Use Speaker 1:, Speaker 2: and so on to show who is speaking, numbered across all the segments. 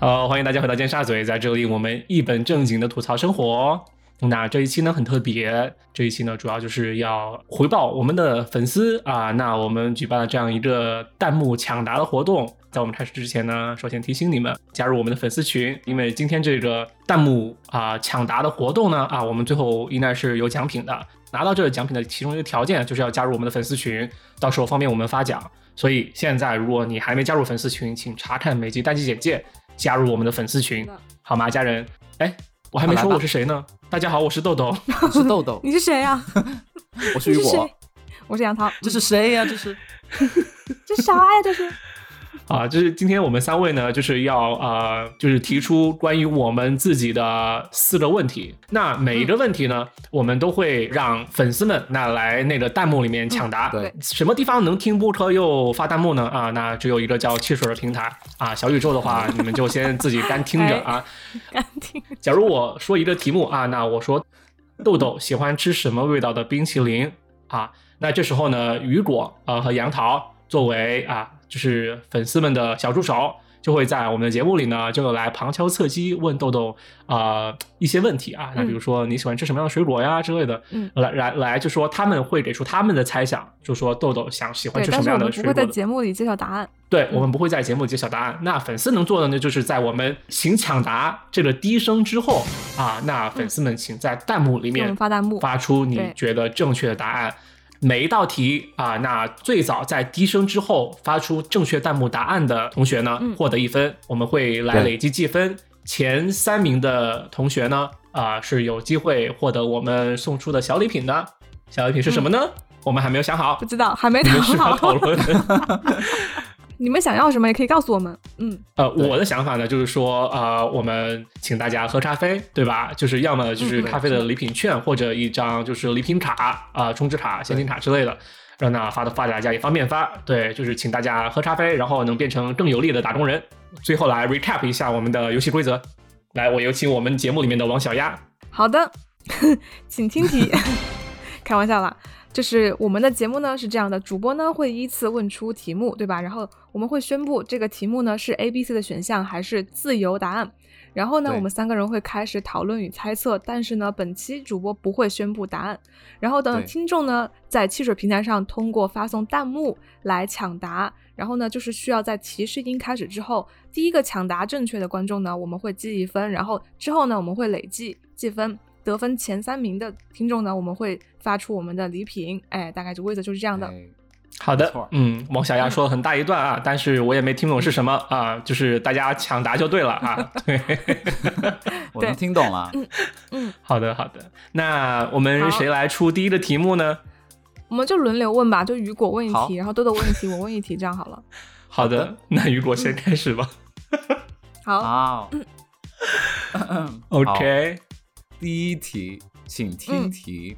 Speaker 1: 呃，欢迎大家回到尖沙咀，在这里我们一本正经的吐槽生活。那这一期呢很特别，这一期呢主要就是要回报我们的粉丝啊。那我们举办了这样一个弹幕抢答的活动，在我们开始之前呢，首先提醒你们加入我们的粉丝群，因为今天这个弹幕啊抢答的活动呢啊，我们最后应该是有奖品的。拿到这个奖品的其中一个条件就是要加入我们的粉丝群，到时候方便我们发奖。所以现在如果你还没加入粉丝群，请查看每集单集简介，加入我们的粉丝群，好吗，家人？哎，我还没说我是谁呢。大家好，我是豆豆，
Speaker 2: 我是豆豆，
Speaker 3: 你是谁呀、啊
Speaker 2: 我是雨
Speaker 3: 你是
Speaker 2: 果
Speaker 3: 谁，我是杨涛，
Speaker 2: 这是谁呀、这是
Speaker 3: 这啥呀？ 这是
Speaker 1: 啊，就是今天我们三位呢，就是要啊，呃就是提出关于我们自己的四个问题。那每一个问题呢，我们都会让粉丝们那来那个弹幕里面抢
Speaker 3: 嗯
Speaker 1: 答。
Speaker 2: 嗯对
Speaker 1: 什么地方能听播客又发弹幕呢？啊，那只有一个叫汽水的平台啊。小宇宙的话，你们就先自己干听着啊。
Speaker 3: 干听
Speaker 1: 假如我说一个题目啊，那我说豆豆喜欢吃什么味道的冰淇淋啊？那这时候呢，雨果啊、呃和杨桃作为啊就是粉丝们的小助手，就会在我们的节目里呢就来旁敲侧击问豆豆啊、呃一些问题啊。那比如说你喜欢吃什么样的水果呀之类的，
Speaker 3: 嗯
Speaker 1: 来来来就说他们会给出他们的猜想，就说豆豆想喜欢
Speaker 3: 对，
Speaker 1: 吃
Speaker 3: 但
Speaker 1: 什么
Speaker 3: 是我
Speaker 1: 样的
Speaker 3: 们不
Speaker 1: 水
Speaker 3: 会
Speaker 1: 果
Speaker 3: 在
Speaker 1: 的
Speaker 3: 节目里揭晓答案。
Speaker 1: 对，我们不会在节目揭晓答案。那粉丝能做的呢，就是在我们请抢答这个低声之后啊，那粉丝们请在弹幕里
Speaker 3: 给我们
Speaker 1: 面
Speaker 3: 嗯发弹幕，
Speaker 1: 发出你
Speaker 3: 对
Speaker 1: 觉得正确的答案。每一道题啊，那最早在低声之后发出正确弹幕答案的同学呢，
Speaker 3: 嗯
Speaker 1: 获得一分。我们会来
Speaker 2: 对
Speaker 1: 累计计分，前三名的同学呢，啊、是有机会获得我们送出的小礼品的。小礼品是什么呢？
Speaker 3: 嗯
Speaker 1: 我们还没有想好
Speaker 3: 不，知道还没
Speaker 1: 你
Speaker 3: 讨
Speaker 1: 们需要讨
Speaker 3: 好，
Speaker 1: 论。
Speaker 3: 你们想要什么也可以告诉我们。嗯，
Speaker 1: 呃，
Speaker 2: 对
Speaker 1: 我的想法呢，就是说，呃，我们请大家喝咖啡，对吧？就是要么就是
Speaker 3: 嗯对
Speaker 1: 咖啡的礼品券，或者一张就是礼品卡啊、充值卡、现金卡之类的，让那发的发给大家也方便发。对，就是请大家喝咖啡，然后能变成更有力的打工人。最后来 recap 一下我们的游戏规则。来，我有请我们节目里面的王小丫。
Speaker 3: 好的， 请听题。 开玩笑啦，就是我们的节目呢是这样的，主播呢会依次问出题目，对吧？然后我们会宣布这个题目呢是 A、B、C 的选项还是自由答案。然后呢，
Speaker 2: 对
Speaker 3: 我们三个人会开始讨论与猜测，但是呢，本期主播不会宣布答案。然后等
Speaker 2: 对
Speaker 3: 听众呢在汽水平台上通过发送弹幕来抢答。然后呢，就是需要在提示音开始之后，第一个抢答正确的观众呢，我们会记一分，然后之后呢，我们会累计计分，得分前三名的听众呢，我们会发出我们的礼品。哎，大概就规则就是这样的。
Speaker 2: 哎
Speaker 1: 好
Speaker 2: 没
Speaker 1: 的
Speaker 2: 错，
Speaker 1: 嗯，王小丫说了很大一段啊，但是我也没听懂是什么啊，就是大家抢答就对了啊， 对。
Speaker 2: 我
Speaker 3: 对
Speaker 2: 能听懂了。
Speaker 3: 嗯，
Speaker 1: 好的，好的。那我们
Speaker 3: 好
Speaker 1: 谁来出第一个题目呢？
Speaker 3: 我们就轮流问吧，就雨果问一
Speaker 2: 好
Speaker 3: 题，然后豆豆问一题，我问一题，这样好了。
Speaker 1: 好的，那雨果先开始吧。
Speaker 3: 好，
Speaker 2: 好哦
Speaker 3: 嗯
Speaker 2: 好
Speaker 1: OK，
Speaker 2: 第一题，请听题：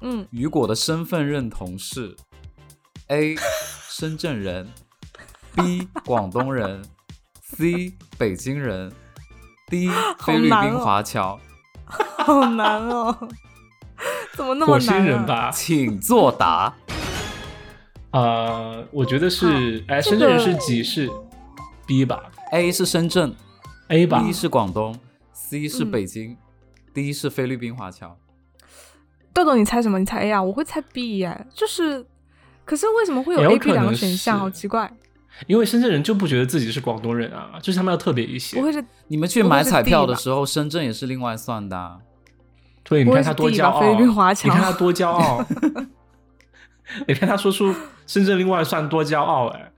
Speaker 3: 嗯，
Speaker 2: 雨果的身份认同是 A 深圳人，B 广东人，C 北京人，D 菲律
Speaker 3: 难
Speaker 2: 宾
Speaker 3: 哦
Speaker 2: 华侨。
Speaker 3: 好难哦， 怎么那
Speaker 1: 火
Speaker 3: 么难、啊？
Speaker 1: 星人吧？
Speaker 2: 请作答。
Speaker 1: 呃，我觉得是，哎，
Speaker 3: 这
Speaker 1: 深圳人
Speaker 3: 个
Speaker 1: 是几是 B 吧
Speaker 2: A 是深圳
Speaker 1: ？A 吧
Speaker 2: ，B 是广东，C 是
Speaker 3: 嗯
Speaker 2: 北京、d 是菲律宾华侨。
Speaker 3: 豆豆，你猜什么？你猜 A 啊？我会猜 B 耶、就是，可是为什么会有
Speaker 1: 也有
Speaker 3: A、
Speaker 1: 可
Speaker 3: B
Speaker 1: 能
Speaker 3: 两个选项？
Speaker 1: 是
Speaker 3: 好奇怪，
Speaker 1: 因为深圳人就不觉得自己是广东人啊，就是他们要特别一些
Speaker 3: 不。会是
Speaker 2: 你们去
Speaker 3: 不会
Speaker 2: 买
Speaker 3: 是
Speaker 2: 彩
Speaker 3: D
Speaker 2: 票的
Speaker 3: 吧
Speaker 2: 时候，深圳也是另外算的啊。
Speaker 1: 对，你
Speaker 3: 不会
Speaker 1: 看
Speaker 3: 是
Speaker 1: 他多
Speaker 3: D
Speaker 1: 骄
Speaker 3: 吧
Speaker 1: 傲，啊
Speaker 3: 菲律宾华侨
Speaker 1: 你看他多骄 傲。 你看他说出深圳另外算多骄傲哎，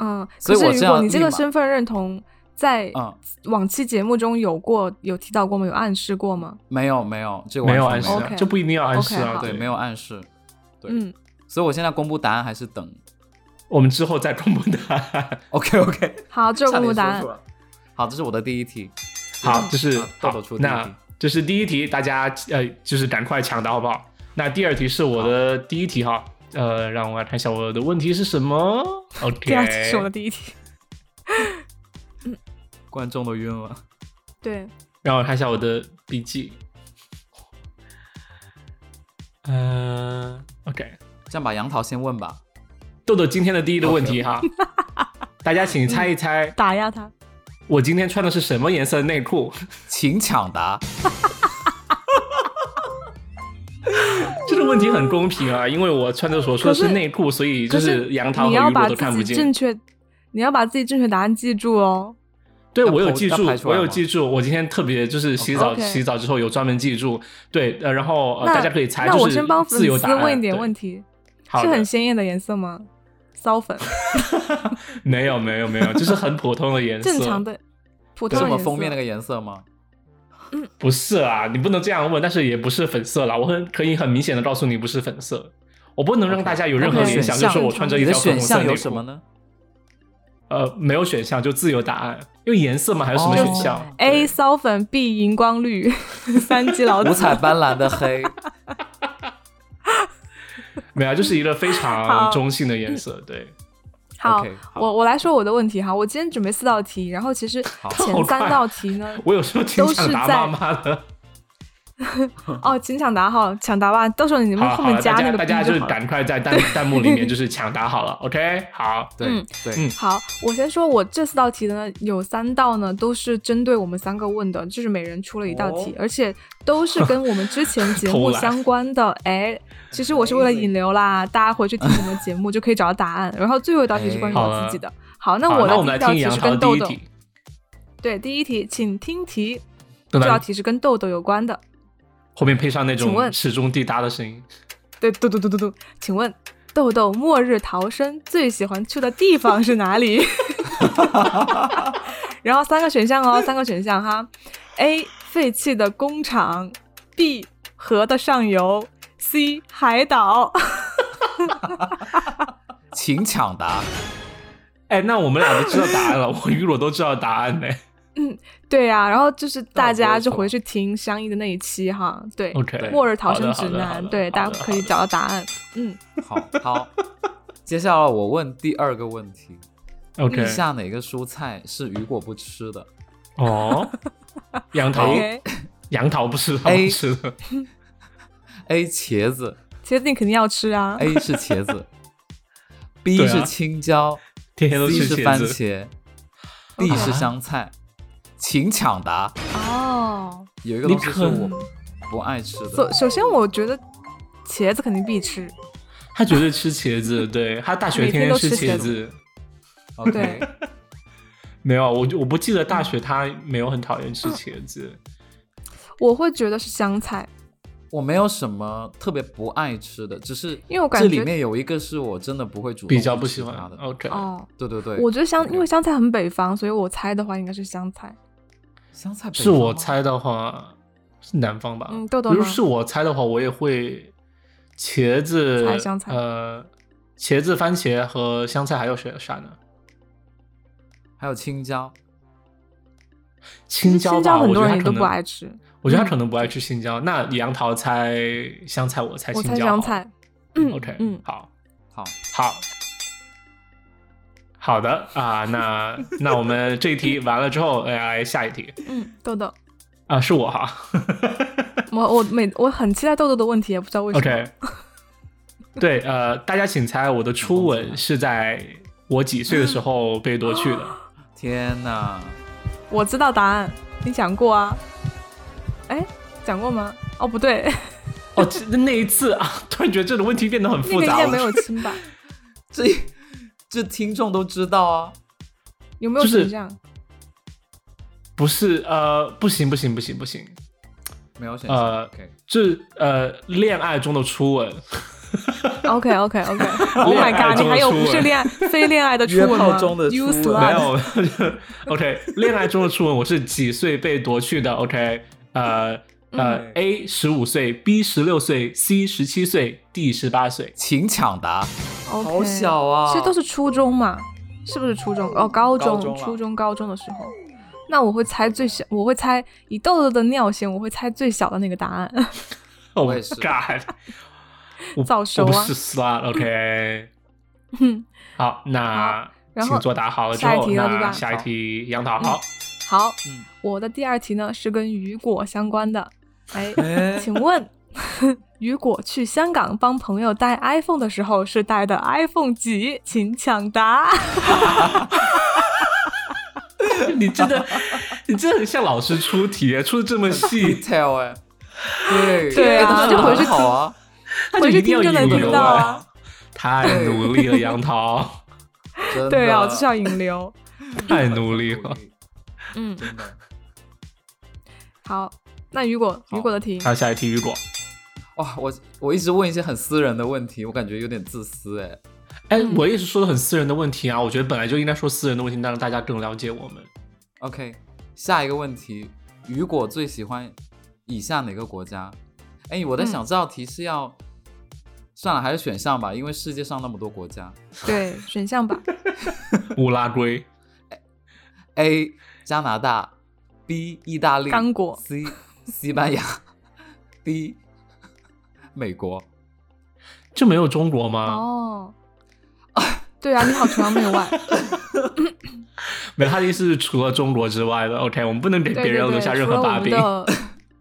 Speaker 3: 嗯？
Speaker 2: 所以
Speaker 3: 可
Speaker 2: 我
Speaker 3: 是
Speaker 2: 这
Speaker 3: 如果
Speaker 2: 样
Speaker 3: 你这个
Speaker 2: 立马
Speaker 3: 身份认同在
Speaker 2: 嗯，
Speaker 3: 往期节目中有过、有提到过吗？有暗示过吗？
Speaker 2: 没有没有，这个
Speaker 1: 没有
Speaker 2: 完
Speaker 1: 暗示
Speaker 2: 全没有
Speaker 1: 啊，
Speaker 3: OK
Speaker 1: 这不一定要暗示啊，
Speaker 3: OK，好
Speaker 2: 对，没有暗示。对
Speaker 3: 嗯，
Speaker 2: 所以我现在公布答案还是等。
Speaker 1: 我们之后再公布答
Speaker 3: 嗯
Speaker 1: 案。
Speaker 2: OK OK，
Speaker 3: 好，这公布答 案。
Speaker 2: 好，这是我的第一题。
Speaker 1: 好，这是
Speaker 2: 好
Speaker 1: 好
Speaker 2: 豆豆出第一
Speaker 1: 那
Speaker 2: 题
Speaker 1: 这是第一题，大家呃就是赶快抢答好不好？那第二题是我的第一题哈，呃，让我来看一下我的问题是什么。OK，
Speaker 3: 第二题是我的第一题。
Speaker 2: 观众都晕了。
Speaker 3: 对，
Speaker 1: 让我看一下我的笔记。嗯、o k
Speaker 2: 这样吧，杨桃先问吧。
Speaker 1: 豆豆今天的第一个问题哈，大家请猜一猜
Speaker 3: 打压他。
Speaker 1: 我今天穿的是什么颜色的内裤？
Speaker 2: 请抢答。
Speaker 1: 这个问题很公平啊，因为我穿的所说的
Speaker 3: 可
Speaker 1: 是
Speaker 3: 是
Speaker 1: 内裤，所以就
Speaker 3: 可
Speaker 1: 是杨桃
Speaker 3: 你
Speaker 1: 和
Speaker 3: 要
Speaker 1: 鱼
Speaker 3: 把
Speaker 1: 露
Speaker 3: 自
Speaker 1: 都看不
Speaker 3: 己
Speaker 1: 见
Speaker 3: 正。确，你要把自己正确答案记住哦。
Speaker 1: 对，
Speaker 2: 要
Speaker 1: 我有
Speaker 2: 剖
Speaker 1: 记
Speaker 2: 要
Speaker 1: 住
Speaker 2: 拍，出
Speaker 1: 我
Speaker 2: 来
Speaker 1: 有
Speaker 2: 吗
Speaker 1: 记住。我今天特别就是洗澡
Speaker 3: OK
Speaker 1: 洗澡之后有专门记住。对，呃，然后呃，
Speaker 3: 那
Speaker 1: 大家可以猜，
Speaker 3: 那
Speaker 1: 就
Speaker 3: 我
Speaker 1: 是
Speaker 3: 先帮粉
Speaker 1: 自由
Speaker 3: 丝
Speaker 1: 答案。
Speaker 3: 问一点
Speaker 1: 对
Speaker 3: 问，题：
Speaker 1: 好
Speaker 3: 是
Speaker 1: 的
Speaker 3: 很鲜艳的颜色吗？骚粉，
Speaker 1: 没有没有没有，就是很普通的颜色。
Speaker 3: 正常的，普通
Speaker 2: 是
Speaker 3: 的
Speaker 2: 我
Speaker 3: 颜
Speaker 2: 们
Speaker 3: 色。
Speaker 2: 封面那个颜色吗？
Speaker 1: 不是啊，你不能这样问，但是也不是粉色啦，我很可以很明显的告诉你不是粉色，我不能让
Speaker 2: OK
Speaker 1: 大家有任何
Speaker 3: OK
Speaker 1: 联想，
Speaker 2: 选
Speaker 1: 就
Speaker 2: 项
Speaker 1: 是我穿着一
Speaker 2: 你的
Speaker 1: 条粉
Speaker 2: 选
Speaker 1: 红色
Speaker 2: 项
Speaker 1: 内裤。
Speaker 2: 有什么呢？
Speaker 1: 呃，没有选项，就自由答案，因为颜色嘛，还有什么
Speaker 2: 哦
Speaker 1: 选项？
Speaker 3: A 骚粉，B 荧光绿， 三基老
Speaker 2: 五
Speaker 3: 子。
Speaker 2: 彩斑斓的 黑，
Speaker 1: 没有啊，就是一个非
Speaker 3: 好
Speaker 1: 常中性的颜色，对，
Speaker 3: 好
Speaker 2: OK，好
Speaker 3: 我我来说我的问题哈，我今天准备四道题，然后其实前
Speaker 1: 好
Speaker 3: 三
Speaker 1: 快
Speaker 3: 道题呢，
Speaker 1: 我有时候挺
Speaker 3: 都
Speaker 1: 想
Speaker 3: 是
Speaker 1: 打
Speaker 3: 在
Speaker 1: 妈妈的。
Speaker 3: 哦，请抢答哈，抢答吧，到时候你们
Speaker 1: 好好
Speaker 3: 后面
Speaker 1: 了，
Speaker 3: 加
Speaker 1: 大
Speaker 3: 那
Speaker 1: 家
Speaker 3: 个
Speaker 1: 大家
Speaker 3: B
Speaker 1: 就
Speaker 3: 就是好了。
Speaker 1: 赶快在弹弹幕里面就是抢答好了，OK？好，
Speaker 2: 对
Speaker 3: 嗯
Speaker 2: 对，
Speaker 3: 好，我先说，我这四道题呢，有三道呢都是针对我们三个问的，就是每人出了一道题，
Speaker 2: 哦
Speaker 3: 而且都是跟我们之前节
Speaker 1: 偷
Speaker 3: 目
Speaker 1: 懒
Speaker 3: 相 关的。哎，其实我是为了引流啦，大家回去听我们的节目就可以找到答 案。然后最后一道题是关于
Speaker 1: 哎
Speaker 3: 我自己的。好，那
Speaker 1: 好
Speaker 3: 我
Speaker 1: 那
Speaker 3: 的
Speaker 1: 我们
Speaker 3: 第一
Speaker 1: 来
Speaker 3: 道
Speaker 1: 听
Speaker 3: 题
Speaker 1: 杨
Speaker 3: 是
Speaker 1: 桃的第
Speaker 3: 跟豆
Speaker 1: 一
Speaker 3: 豆。
Speaker 1: 题，
Speaker 3: 对，第一题，请听题。
Speaker 1: 对
Speaker 3: 这道
Speaker 1: 吧？
Speaker 3: 题是跟豆豆有关的。
Speaker 1: 后面配上那
Speaker 3: 请
Speaker 1: 种
Speaker 3: 问
Speaker 1: 始终滴答的声音，
Speaker 3: 对，嘟嘟嘟嘟嘟，请问豆豆末日逃生最喜欢去的地方是哪里？ 然后三个选项
Speaker 1: 嗯
Speaker 3: 哦，三个选项哈：A 废弃的工厂，B 河的上游，C 海岛。
Speaker 2: 请抢答。
Speaker 1: 哎，那我们俩都知道答案了，我与我都知道答案 呢。
Speaker 3: 对呀、然后就是大家就
Speaker 2: 那我不会错
Speaker 3: 回去听相应的那一期哈。对
Speaker 1: OK，
Speaker 3: 末日逃
Speaker 1: 好
Speaker 3: 生
Speaker 1: 的
Speaker 3: 指
Speaker 1: 好的好
Speaker 3: 南
Speaker 1: 的》，
Speaker 3: 对，
Speaker 1: 好
Speaker 3: 大
Speaker 1: 的
Speaker 3: 家可
Speaker 1: 好
Speaker 3: 以
Speaker 1: 的
Speaker 3: 找到答案。嗯，
Speaker 2: 好好， 接下来我问第二个问题：
Speaker 1: OK，
Speaker 2: 以下哪个蔬菜是雨果不吃的
Speaker 1: 哦，杨桃，
Speaker 3: OK，
Speaker 1: 杨桃不吃，他不
Speaker 2: A
Speaker 1: 吃的。
Speaker 2: ？A. 茄子
Speaker 3: 其实你肯定要吃啊。
Speaker 1: 哎
Speaker 2: ，A 是茄子，B
Speaker 1: 对啊
Speaker 2: 是青椒
Speaker 1: 天天都
Speaker 2: ，C
Speaker 1: 吃
Speaker 2: 是
Speaker 1: 茄
Speaker 2: 番
Speaker 1: 子
Speaker 3: 哎
Speaker 2: 茄，D 是香菜。请抢答，
Speaker 3: 哦。
Speaker 2: 有一个
Speaker 1: 你
Speaker 2: 东西是
Speaker 1: 可
Speaker 2: 我不爱吃的
Speaker 3: 首。首先，我觉得茄子肯定必吃，
Speaker 1: 他绝对吃茄 子，对他大学
Speaker 3: 每天
Speaker 1: 天
Speaker 3: 都
Speaker 1: 吃
Speaker 3: 吃茄
Speaker 1: 茄子。
Speaker 2: OK，
Speaker 3: 对
Speaker 1: 没有，我就我不记得大学他没有很讨厌
Speaker 3: 啊
Speaker 1: 吃茄子。
Speaker 3: 我会觉得是香菜，
Speaker 2: 我没有什么特别不爱吃的，只是
Speaker 3: 因为我感
Speaker 2: 这里
Speaker 3: 觉
Speaker 2: 面有一个是我真的不会主动
Speaker 1: 比较
Speaker 2: 去
Speaker 1: 不
Speaker 2: 吃
Speaker 1: 喜欢
Speaker 2: 它的。
Speaker 1: OK，
Speaker 3: 哦，
Speaker 2: 对对对，
Speaker 3: 我觉得香，
Speaker 2: 对
Speaker 3: 因为香菜很北方，所以我猜的话应该是香菜。
Speaker 2: 香菜北
Speaker 1: 是我
Speaker 2: 方吗
Speaker 1: 猜的话是南方吧？
Speaker 3: 嗯豆豆
Speaker 1: 如果
Speaker 3: 呢
Speaker 1: 是我猜的话，我也会茄子
Speaker 3: 猜香菜
Speaker 1: 呃，茄子、番茄和香菜，还有谁啥呢？
Speaker 2: 还有青椒，
Speaker 3: 其
Speaker 1: 青
Speaker 3: 实
Speaker 1: 椒吧，
Speaker 3: 青椒
Speaker 1: 我
Speaker 3: 很
Speaker 1: 觉
Speaker 3: 多
Speaker 1: 得他
Speaker 3: 人也
Speaker 1: 可
Speaker 3: 都不
Speaker 1: 能
Speaker 3: 爱吃，
Speaker 1: 我觉得
Speaker 3: 嗯
Speaker 1: 他可能不爱吃青椒。那杨桃猜香菜，我猜
Speaker 3: 我
Speaker 1: 青椒。啊
Speaker 3: 猜香菜。嗯
Speaker 1: OK，
Speaker 3: 嗯，
Speaker 1: 好，
Speaker 2: 好，
Speaker 1: 好，好的啊，那那我们这一题完了之后，呃来下一题
Speaker 3: 嗯，豆豆，
Speaker 1: 啊，是我哈。
Speaker 3: 我我每我很期待豆豆的问题，也不知道为什么。
Speaker 1: OK，对，呃，大家请猜我的初吻是在我几岁的时候被夺去的？
Speaker 2: 天哪，
Speaker 3: 我知道答案，你讲过啊？哎，讲过吗？哦，不对，
Speaker 1: 哦，这那一次啊， 突然觉得这种问题变得很
Speaker 3: 那
Speaker 1: 复
Speaker 3: 个应
Speaker 1: 杂
Speaker 3: 该
Speaker 1: 了。
Speaker 3: 没有亲吧？
Speaker 2: 这这听众都知道啊，
Speaker 3: 有没有
Speaker 1: 就是
Speaker 3: 形象？
Speaker 1: 不是，呃，不行，不行，不行，不行，
Speaker 2: 没有选项。
Speaker 1: 呃
Speaker 2: OK，
Speaker 1: 这呃，恋爱中的初吻，
Speaker 3: OK OK OK Oh my
Speaker 1: 恋爱
Speaker 3: god！
Speaker 1: 中
Speaker 3: 你
Speaker 1: 的
Speaker 3: 还有
Speaker 1: 初吻
Speaker 3: 不是恋爱非恋爱的初
Speaker 2: 约
Speaker 3: 吻
Speaker 2: 炮
Speaker 3: 吗
Speaker 2: 中的
Speaker 3: You
Speaker 2: 初吻
Speaker 3: slut
Speaker 1: 没有，OK，恋爱中的初吻，我是几岁被夺去的？OK，呃。呃
Speaker 2: 嗯
Speaker 1: ，A 十五岁，B 十六岁，C 十七岁，D 十八岁。
Speaker 2: 请抢答，
Speaker 3: OK，
Speaker 2: 好小啊，
Speaker 3: 其实都是初中嘛，是不是初中？哦，高中、
Speaker 2: 高中啊
Speaker 3: 初中、高中的时候。那我会猜最小，我会猜以豆豆的尿性，我会猜最小的那个答案，
Speaker 1: Oh
Speaker 2: 我
Speaker 1: my
Speaker 2: 也是
Speaker 1: God！我
Speaker 3: 早熟
Speaker 1: 我
Speaker 3: 啊
Speaker 1: 不。是 slut，OK、
Speaker 3: 嗯
Speaker 1: 好，那
Speaker 3: 然后
Speaker 1: 请作答好了之
Speaker 3: 下一
Speaker 1: 后，
Speaker 3: 题了对
Speaker 1: 那
Speaker 3: 吧
Speaker 1: 下一题杨桃好，
Speaker 3: 好，
Speaker 2: 嗯
Speaker 3: 我的第二题呢是跟雨果相关 的。哎，
Speaker 2: 哎
Speaker 3: 请问 雨果去香港帮朋友带 iPhone 的时候是带 的 iPhone 几？请抢答。
Speaker 1: 你真的，你真的很像老师出题，出的这么 细，
Speaker 2: detail 哎，对
Speaker 3: 对
Speaker 2: 哎
Speaker 3: 啊
Speaker 2: 但是
Speaker 3: 就回去
Speaker 2: 很好啊，
Speaker 1: 他就一定要
Speaker 3: 回去听就能
Speaker 1: 引流
Speaker 3: 听到啊！
Speaker 1: 太努力了，杨 桃，
Speaker 2: 真的
Speaker 3: 对啊，我就是要引流。
Speaker 1: 太努力哦了。
Speaker 3: 嗯，
Speaker 2: 真的。
Speaker 3: 好，那雨果，
Speaker 2: 好
Speaker 3: 雨果的题
Speaker 1: 还，有下一题，雨果，
Speaker 2: 哇，我我一直问一些很私人的问题，我感觉有点自私哎。
Speaker 1: 哎
Speaker 3: 嗯，
Speaker 1: 我也是说的很私人的问题啊，我觉得本来就应该说私人的问题，让大家更了解我们。
Speaker 2: OK，下一个问题，雨果最喜欢以下哪个国家？哎，
Speaker 3: 嗯
Speaker 2: 我在想这道题是要、算了，还是选项吧，因为世界上那么多国家。
Speaker 3: 对选项吧。
Speaker 1: 乌拉圭，
Speaker 2: A 加拿大，B 意大利，
Speaker 3: 刚果
Speaker 2: ，C 西班牙，D 美国。
Speaker 1: 这没有中国
Speaker 2: 啊
Speaker 1: 吗？
Speaker 3: 哦， 对啊，你好崇洋媚 外。
Speaker 1: 没有，他的意思是除了中国之外的。OK，我们不能给
Speaker 3: 对
Speaker 1: 别
Speaker 3: 对
Speaker 1: 人留
Speaker 3: 对，
Speaker 1: 下
Speaker 3: 除
Speaker 1: 任
Speaker 3: 了
Speaker 1: 何
Speaker 3: 我
Speaker 1: 把
Speaker 3: 们
Speaker 1: 柄。
Speaker 3: 的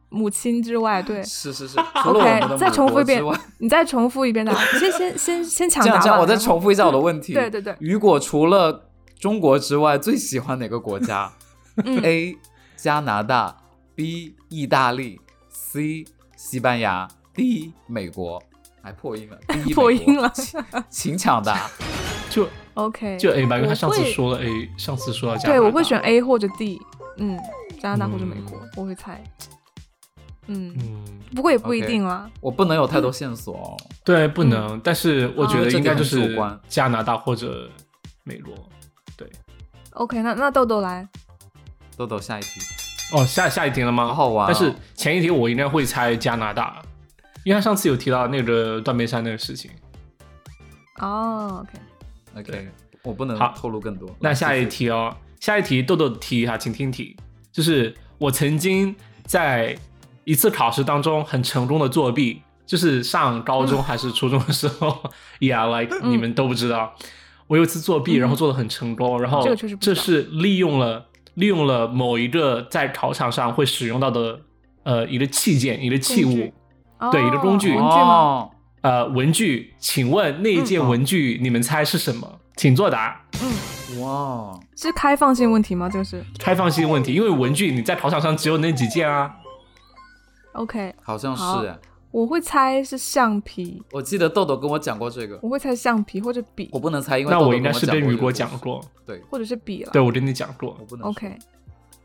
Speaker 3: 母亲之外，对。
Speaker 2: 是是是， 除了我们
Speaker 3: OK，
Speaker 2: 的母
Speaker 3: 再重复
Speaker 2: 国
Speaker 3: 一遍
Speaker 2: 之外，
Speaker 3: 你再重复一遍答案。先先先先抢
Speaker 2: 这
Speaker 3: 答
Speaker 2: 样这样，
Speaker 3: 吧。
Speaker 2: 我再
Speaker 3: 然后
Speaker 2: 重复一下我的问 题。
Speaker 3: 对对对，
Speaker 2: 雨果除了中国之外，最喜欢哪个国家
Speaker 3: 嗯，
Speaker 2: ？A. 加拿大，B. 意大利，C. 西班牙，D. 美国。还破音了 ，D
Speaker 3: 破
Speaker 2: 美国
Speaker 3: 音了
Speaker 2: 请请 抢答。
Speaker 1: 就
Speaker 3: OK，
Speaker 1: 就哎 A 吧，因为他
Speaker 3: 我
Speaker 1: 上次
Speaker 3: 会
Speaker 1: 说了 A，上次说了加拿大。
Speaker 3: 对，我会选。A 或者 D，嗯，加拿大或者美国，我会猜。嗯，
Speaker 1: 嗯，
Speaker 3: 不过也不一
Speaker 2: OK
Speaker 3: 定啦。
Speaker 2: 我不能有太多线索哦。
Speaker 1: 对，
Speaker 3: 嗯
Speaker 1: 不能。但是我觉
Speaker 2: 啊
Speaker 1: 得应该就
Speaker 2: 这点
Speaker 1: 是
Speaker 2: 很主观
Speaker 1: 加拿大或者美国。
Speaker 3: OK，那那豆豆来，
Speaker 2: 豆豆，下一题。
Speaker 1: 哦，下下一题了吗？
Speaker 2: 好好玩哦
Speaker 1: 但是前一题我应该会猜加拿大，因为他上次有提到那个断背山那个事情。
Speaker 3: 哦，OK，
Speaker 2: OK，
Speaker 1: 对
Speaker 2: 我不能
Speaker 1: 好
Speaker 2: 透露更多。
Speaker 1: 那下
Speaker 3: 啊
Speaker 1: 一
Speaker 2: 继续，
Speaker 1: 题哦，下一题豆豆的题哈、请听题，就是我曾经在一次考试当中很成功的作弊，就是上高中还是初中的时候、y e a h like、
Speaker 3: 嗯
Speaker 1: 你们都不知道，我有一次作弊，
Speaker 3: 嗯
Speaker 1: 然后做的很成功，然后
Speaker 3: 这个确实不知
Speaker 1: 这
Speaker 3: 道
Speaker 1: 是利用了利用了某一个在考场上会使用到的呃一个器件一个器
Speaker 3: 工
Speaker 1: 物
Speaker 3: 具。哦
Speaker 1: 对一个工具
Speaker 3: 文具吗？
Speaker 2: 哦，
Speaker 1: 呃，文具，请问那一
Speaker 3: 嗯
Speaker 1: 件文具、你们猜是什么？请作答。
Speaker 2: 哇，
Speaker 3: 是开放性问题吗？这个是
Speaker 1: 开放性问题，因为文具你在考场上只有那几件啊。
Speaker 3: OK，
Speaker 2: 好像
Speaker 3: 好
Speaker 2: 是哎。
Speaker 3: 我会猜是橡皮，
Speaker 2: 我记得豆豆跟我讲过这个，
Speaker 3: 我会猜橡皮或者笔
Speaker 2: 我，不能猜，因为
Speaker 1: 那
Speaker 2: 豆豆
Speaker 1: 我
Speaker 2: 跟
Speaker 1: 应该是跟雨果
Speaker 2: 我
Speaker 1: 讲
Speaker 2: 过
Speaker 1: 过，
Speaker 2: 这个故事。
Speaker 3: 或者是笔了。
Speaker 1: 对我跟你讲过
Speaker 2: 对，我，不能说。
Speaker 3: ，OK，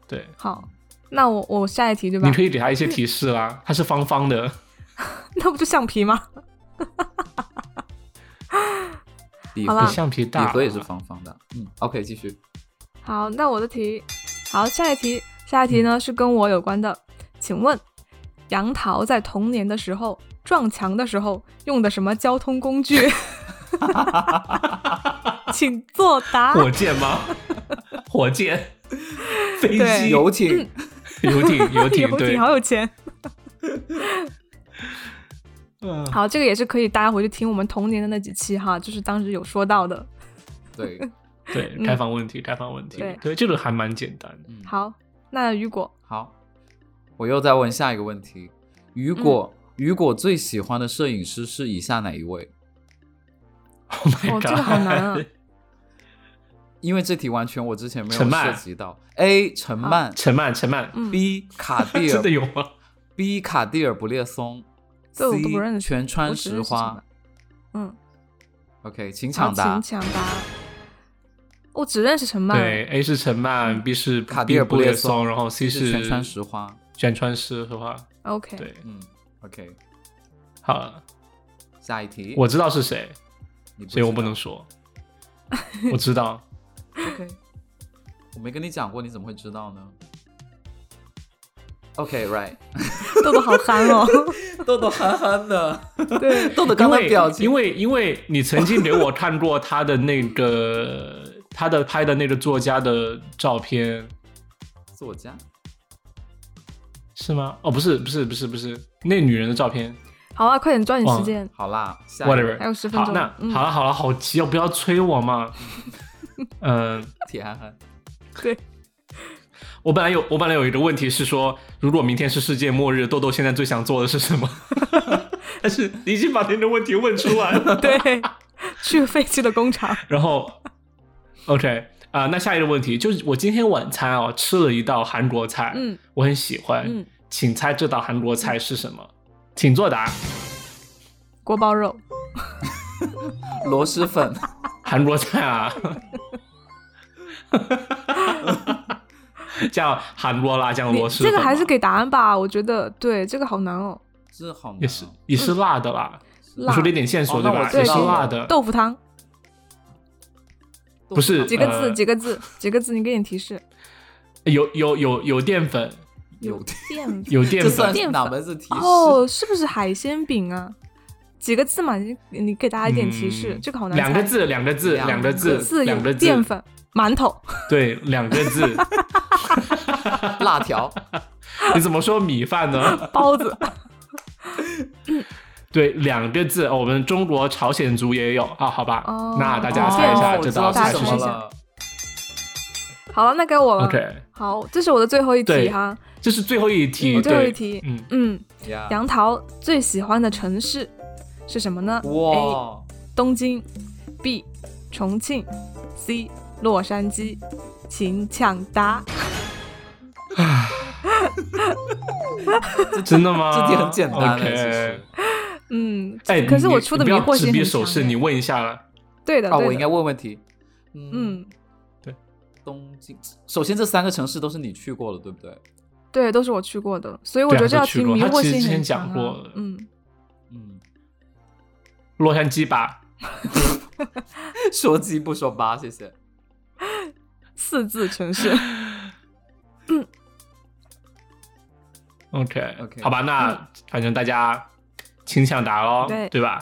Speaker 1: 对，
Speaker 3: 好，那我我下一题对吧
Speaker 1: 你？可以给他一些提示啦。它是方方的，
Speaker 3: 那不就橡皮吗？
Speaker 2: 比
Speaker 3: 好
Speaker 2: 盒
Speaker 1: 比
Speaker 3: 啦啊
Speaker 1: 橡皮
Speaker 2: 比
Speaker 1: 大，
Speaker 2: 盒也是方方的。嗯，OK，继续。
Speaker 3: 好，那我的题，好，下一题，下一题
Speaker 1: 嗯
Speaker 3: 呢、是跟我有关的，请问杨桃在童年的时候撞墙的时候用的什么交通 工具？请作答。
Speaker 1: 火箭吗？火箭、飞
Speaker 3: 对
Speaker 1: 机、
Speaker 2: 游艇，
Speaker 3: 嗯
Speaker 1: 游艇、游艇，
Speaker 3: 游
Speaker 1: 对
Speaker 3: 艇，好有钱。
Speaker 1: 嗯，
Speaker 3: 好，这个也是可以大家回去听我们童年的那几期哈，就是当时有说到的。
Speaker 2: 对，
Speaker 1: 对，
Speaker 3: 嗯
Speaker 1: 开放问题，开放问题
Speaker 3: 对，
Speaker 1: 对，这个还蛮简单的。
Speaker 2: 嗯，
Speaker 3: 好，那雨果，
Speaker 2: 好，我又再问下一个问题。雨果，
Speaker 3: 嗯
Speaker 2: 雨果最喜欢的摄影师是以下哪一位？
Speaker 1: Oh my
Speaker 3: 哦
Speaker 1: god，
Speaker 3: 这个好难啊
Speaker 2: 因为这题完全我之前没有
Speaker 1: 陈
Speaker 2: 涉
Speaker 1: 曼
Speaker 2: 及到。A. 陈曼
Speaker 1: 陈曼，陈曼，
Speaker 3: 嗯，
Speaker 2: ，B. 卡地
Speaker 1: 真的
Speaker 2: 尔
Speaker 1: 有吗？
Speaker 2: ，B. 卡地尔不列松
Speaker 3: 这我都不认识
Speaker 2: ，C. 全
Speaker 3: 我
Speaker 2: 川
Speaker 3: 只
Speaker 2: 石
Speaker 3: 认识陈
Speaker 2: 花
Speaker 3: 曼。啊嗯，
Speaker 2: OK，请
Speaker 3: 好，
Speaker 2: 抢答
Speaker 3: 哦请。抢答。我只认识陈曼，
Speaker 1: 对，A 是陈曼，B 是
Speaker 2: 卡
Speaker 1: 比
Speaker 2: 地尔
Speaker 1: 布
Speaker 2: 布列
Speaker 1: 列松，
Speaker 2: 松
Speaker 1: 然后 C
Speaker 2: 是
Speaker 1: 是
Speaker 2: 全川石花。
Speaker 1: 卷川石是吧？
Speaker 3: ，OK，
Speaker 1: 对，
Speaker 2: 嗯，OK，
Speaker 1: 好了，
Speaker 2: 下一题。
Speaker 1: 我知道是谁，
Speaker 2: 你知
Speaker 1: 所以
Speaker 2: 道
Speaker 1: 我不能。 说。我知道，
Speaker 2: OK，我没跟你讲过，你怎么会知道呢？OK，right，、
Speaker 3: 豆豆好憨哦。
Speaker 2: 豆豆憨憨的，
Speaker 3: 对，
Speaker 2: 豆豆
Speaker 1: 因
Speaker 2: 刚才
Speaker 1: 为
Speaker 2: 表情，
Speaker 1: 因为因为你曾经给我看过他的那个 他的拍的那个作家的照片，
Speaker 2: 作家
Speaker 1: 是吗？哦，不是不是不是不是，那女人的照片
Speaker 3: 好啊，快点抓紧时间，
Speaker 2: 好啦，下一个
Speaker 1: ，whatever，
Speaker 3: 还有10分钟
Speaker 1: 好，那、
Speaker 3: 嗯
Speaker 1: 好了好了，好急哦，不要催我 嘛。嗯、
Speaker 2: 铁憨憨，
Speaker 3: 对，
Speaker 1: 我本来有我本来有一个问题是说，如果明天是世界末日，豆豆现在最想做的是什 么？ 但是你已经把您的问题 问出来了。
Speaker 3: 对，去废弃的工厂。
Speaker 1: 然后，OK，啊、那下一个问题就是我今天晚餐哦吃了一道韩国菜，
Speaker 3: 嗯
Speaker 1: 我很喜欢，
Speaker 3: 嗯，
Speaker 1: 请猜这道韩国菜是什么？请作答。
Speaker 3: 锅包肉，
Speaker 2: 螺蛳粉，
Speaker 1: 韩国菜 啊，叫韩国辣酱
Speaker 3: 你
Speaker 1: 螺蛳粉
Speaker 3: 这
Speaker 1: 嘛。
Speaker 3: 个还是给答案吧，我觉得对这个好难哦。
Speaker 2: 这好难、啊。
Speaker 1: 也是也是辣的啦。
Speaker 3: 嗯辣
Speaker 1: 我说了一点线索
Speaker 2: 哦
Speaker 1: 对
Speaker 2: 那我
Speaker 1: 吧？
Speaker 2: 知
Speaker 1: 也是
Speaker 3: 道
Speaker 1: 辣
Speaker 2: 了
Speaker 1: 的。
Speaker 3: 豆腐汤
Speaker 2: 豆
Speaker 1: 不是
Speaker 2: 腐
Speaker 3: 几个字？
Speaker 1: 呃
Speaker 3: 几个字？几个字？你给点提示。
Speaker 1: 有有有有淀粉，
Speaker 2: 有
Speaker 3: 淀粉
Speaker 1: 有淀
Speaker 2: 这算
Speaker 1: 粉，
Speaker 2: 是
Speaker 3: 淀
Speaker 2: 哪
Speaker 3: 粉
Speaker 2: 门子提示？
Speaker 3: 哦，是不是海鲜饼啊？几个字嘛？你你给大家一点提示，
Speaker 1: 嗯
Speaker 3: 这个好难猜。
Speaker 1: 两个字，两个字，
Speaker 2: 两
Speaker 1: 两个
Speaker 2: 个
Speaker 1: 字，
Speaker 3: 字
Speaker 1: 两
Speaker 3: 有
Speaker 1: 个
Speaker 3: 淀
Speaker 1: 字，
Speaker 3: 粉、馒头、
Speaker 1: 对，两个字。
Speaker 2: 辣条，
Speaker 1: 你怎么说米饭呢？
Speaker 3: 包 子。
Speaker 1: 对，两个字。哦我们中国朝鲜族也有啊，好吧
Speaker 3: 哦？
Speaker 1: 那大家猜一下
Speaker 2: 哦我
Speaker 1: 这
Speaker 2: 知道
Speaker 1: 道
Speaker 3: 大
Speaker 1: 菜
Speaker 3: 家
Speaker 2: 是
Speaker 1: 是什么
Speaker 3: 猜
Speaker 2: 什么
Speaker 3: 一下
Speaker 2: 了。
Speaker 3: 好了，那该我了。
Speaker 1: ？OK，
Speaker 3: 好，这是我的最后一题
Speaker 1: 对
Speaker 3: 哈。
Speaker 1: 这是最后一题，
Speaker 3: 嗯最后一
Speaker 1: 对
Speaker 3: 题
Speaker 1: 嗯，
Speaker 3: 嗯，
Speaker 2: 呀
Speaker 3: 杨桃最喜欢的城市是什么呢？A.
Speaker 2: 哇，
Speaker 3: 东京，B. 重庆，C. 洛杉矶。请抢答。
Speaker 1: 真的吗？
Speaker 2: 这题很简单的，
Speaker 1: OK
Speaker 2: 其实。
Speaker 3: 嗯，
Speaker 1: 哎，
Speaker 3: 可是
Speaker 1: 你
Speaker 3: 我出的
Speaker 1: 你
Speaker 3: 迷
Speaker 1: 不要
Speaker 3: 惑
Speaker 1: 纸
Speaker 3: 性
Speaker 1: 笔
Speaker 3: 很
Speaker 1: 手
Speaker 3: 强
Speaker 1: 势，
Speaker 3: 哎
Speaker 1: 你问一下了。
Speaker 3: 对的，
Speaker 2: 啊，
Speaker 3: 哎对
Speaker 2: 我
Speaker 3: 的
Speaker 2: 应该问问题。嗯，
Speaker 3: 嗯，
Speaker 2: 东京，首先这三个城市都是你去过了，对不对？
Speaker 3: 对，都是我去过的，所以我
Speaker 1: 对啊
Speaker 3: 觉得这
Speaker 1: 他
Speaker 3: 道
Speaker 1: 去
Speaker 3: 题
Speaker 1: 过
Speaker 3: 迷
Speaker 1: 他
Speaker 3: 惑
Speaker 1: 其实
Speaker 3: 性
Speaker 1: 之前
Speaker 3: 很
Speaker 1: 讲
Speaker 3: 强啊
Speaker 1: 过
Speaker 3: 嗯，
Speaker 2: 嗯，
Speaker 1: 洛杉矶吧，
Speaker 2: 说鸡不说八，谢谢。
Speaker 3: 四字城 市，
Speaker 1: OK
Speaker 2: OK
Speaker 1: 好吧，那、
Speaker 3: 嗯
Speaker 1: 反正大家请抢答喽，
Speaker 3: 对
Speaker 1: 吧？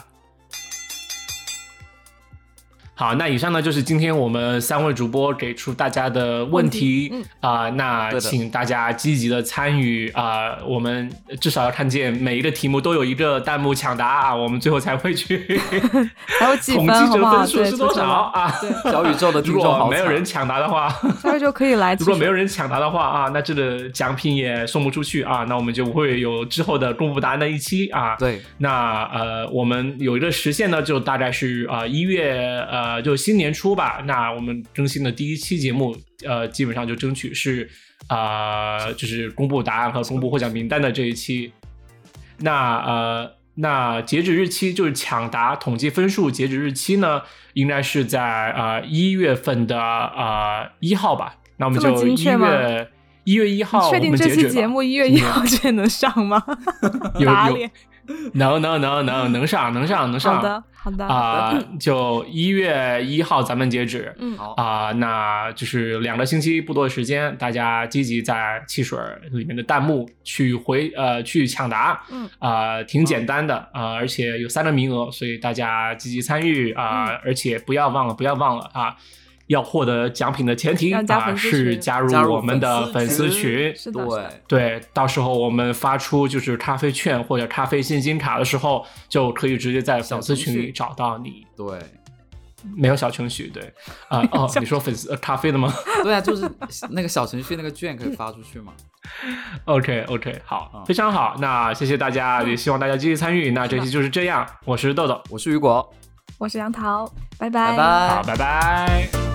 Speaker 1: 好，那以上呢就是今天我们三位主播给出大家的问题
Speaker 3: 问题嗯
Speaker 1: 啊、那
Speaker 2: 对的
Speaker 1: 请大家积极的参与啊、我们至少要看见每一个题目都有一个弹幕抢答啊，我们最后才会 去
Speaker 3: 还有几
Speaker 1: 统
Speaker 3: 分
Speaker 1: 计
Speaker 3: 好
Speaker 1: 这
Speaker 3: 不好？
Speaker 1: 分数
Speaker 3: 对，
Speaker 1: 是多少 啊？
Speaker 3: 对，
Speaker 2: 小宇宙的
Speaker 1: 如
Speaker 2: 听众好
Speaker 1: 果
Speaker 2: 惨
Speaker 1: 没有人抢答的话，
Speaker 3: 下周可以来。
Speaker 1: 如果没有人抢答的话啊，那这个奖品也送不出去啊，那我们就会有之后的公布答案的一期啊。
Speaker 2: 对，
Speaker 1: 那呃，我们有一个时限呢，就大概是啊一、月呃，就新年初吧。那我们更新的第一期节目，呃，基本上就争取是啊、呃就是公布答案和公布获奖名单的这一期。那呃，那截止日期就是抢答统计分数截止日期呢，应该是在呃一月份的呃一号吧。那我们
Speaker 3: 这么
Speaker 1: 就
Speaker 3: 精
Speaker 1: 一
Speaker 3: 确吗
Speaker 1: 月一月一
Speaker 3: 你
Speaker 1: 号我
Speaker 3: 确定
Speaker 1: 们
Speaker 3: 这
Speaker 1: 截
Speaker 3: 期
Speaker 1: 止
Speaker 3: 节
Speaker 1: 吧
Speaker 3: 目一月
Speaker 1: 今
Speaker 3: 一
Speaker 1: 天
Speaker 3: 号之前能上吗？
Speaker 1: 有
Speaker 3: 打
Speaker 1: 有
Speaker 3: 脸。
Speaker 1: 能能能能能上能上能上。
Speaker 3: 好的，好的，
Speaker 1: 啊、就一月一号咱们截止。
Speaker 3: 嗯，
Speaker 2: 好，
Speaker 1: 啊、那就是两个星期不多的时间，大家积极在汽水里面的弹幕去回呃去抢答，
Speaker 3: 嗯
Speaker 1: 啊、挺简单的啊、而且有三个名额，所以大家积极参与啊、
Speaker 3: 嗯
Speaker 1: 而且不要忘了不要忘了啊，要获得奖品的前提
Speaker 3: 要加
Speaker 1: 啊、
Speaker 3: 粉丝
Speaker 1: 是
Speaker 3: 群
Speaker 1: 加入
Speaker 2: 加入
Speaker 1: 我们的粉
Speaker 2: 粉丝
Speaker 1: 丝
Speaker 2: 群
Speaker 1: 群，
Speaker 3: 是的，是的
Speaker 2: 对，
Speaker 1: 对，到时候我们发出就是咖啡券或者咖啡现金卡的时候，就可以直接在粉丝群里找到你。
Speaker 2: 对，
Speaker 1: 没有小程序，对，啊、 哦，你说粉丝、呃咖啡的吗
Speaker 2: 对啊，就是那个小程序那个券可以发出去嘛？
Speaker 1: ？OK OK，好
Speaker 2: 嗯，
Speaker 1: 非常好，那谢谢大家，也希望大家积极参与。那这期就是这样，我是豆豆，
Speaker 2: 我是雨果，
Speaker 3: 我是杨桃，
Speaker 2: 拜
Speaker 1: 好，拜拜。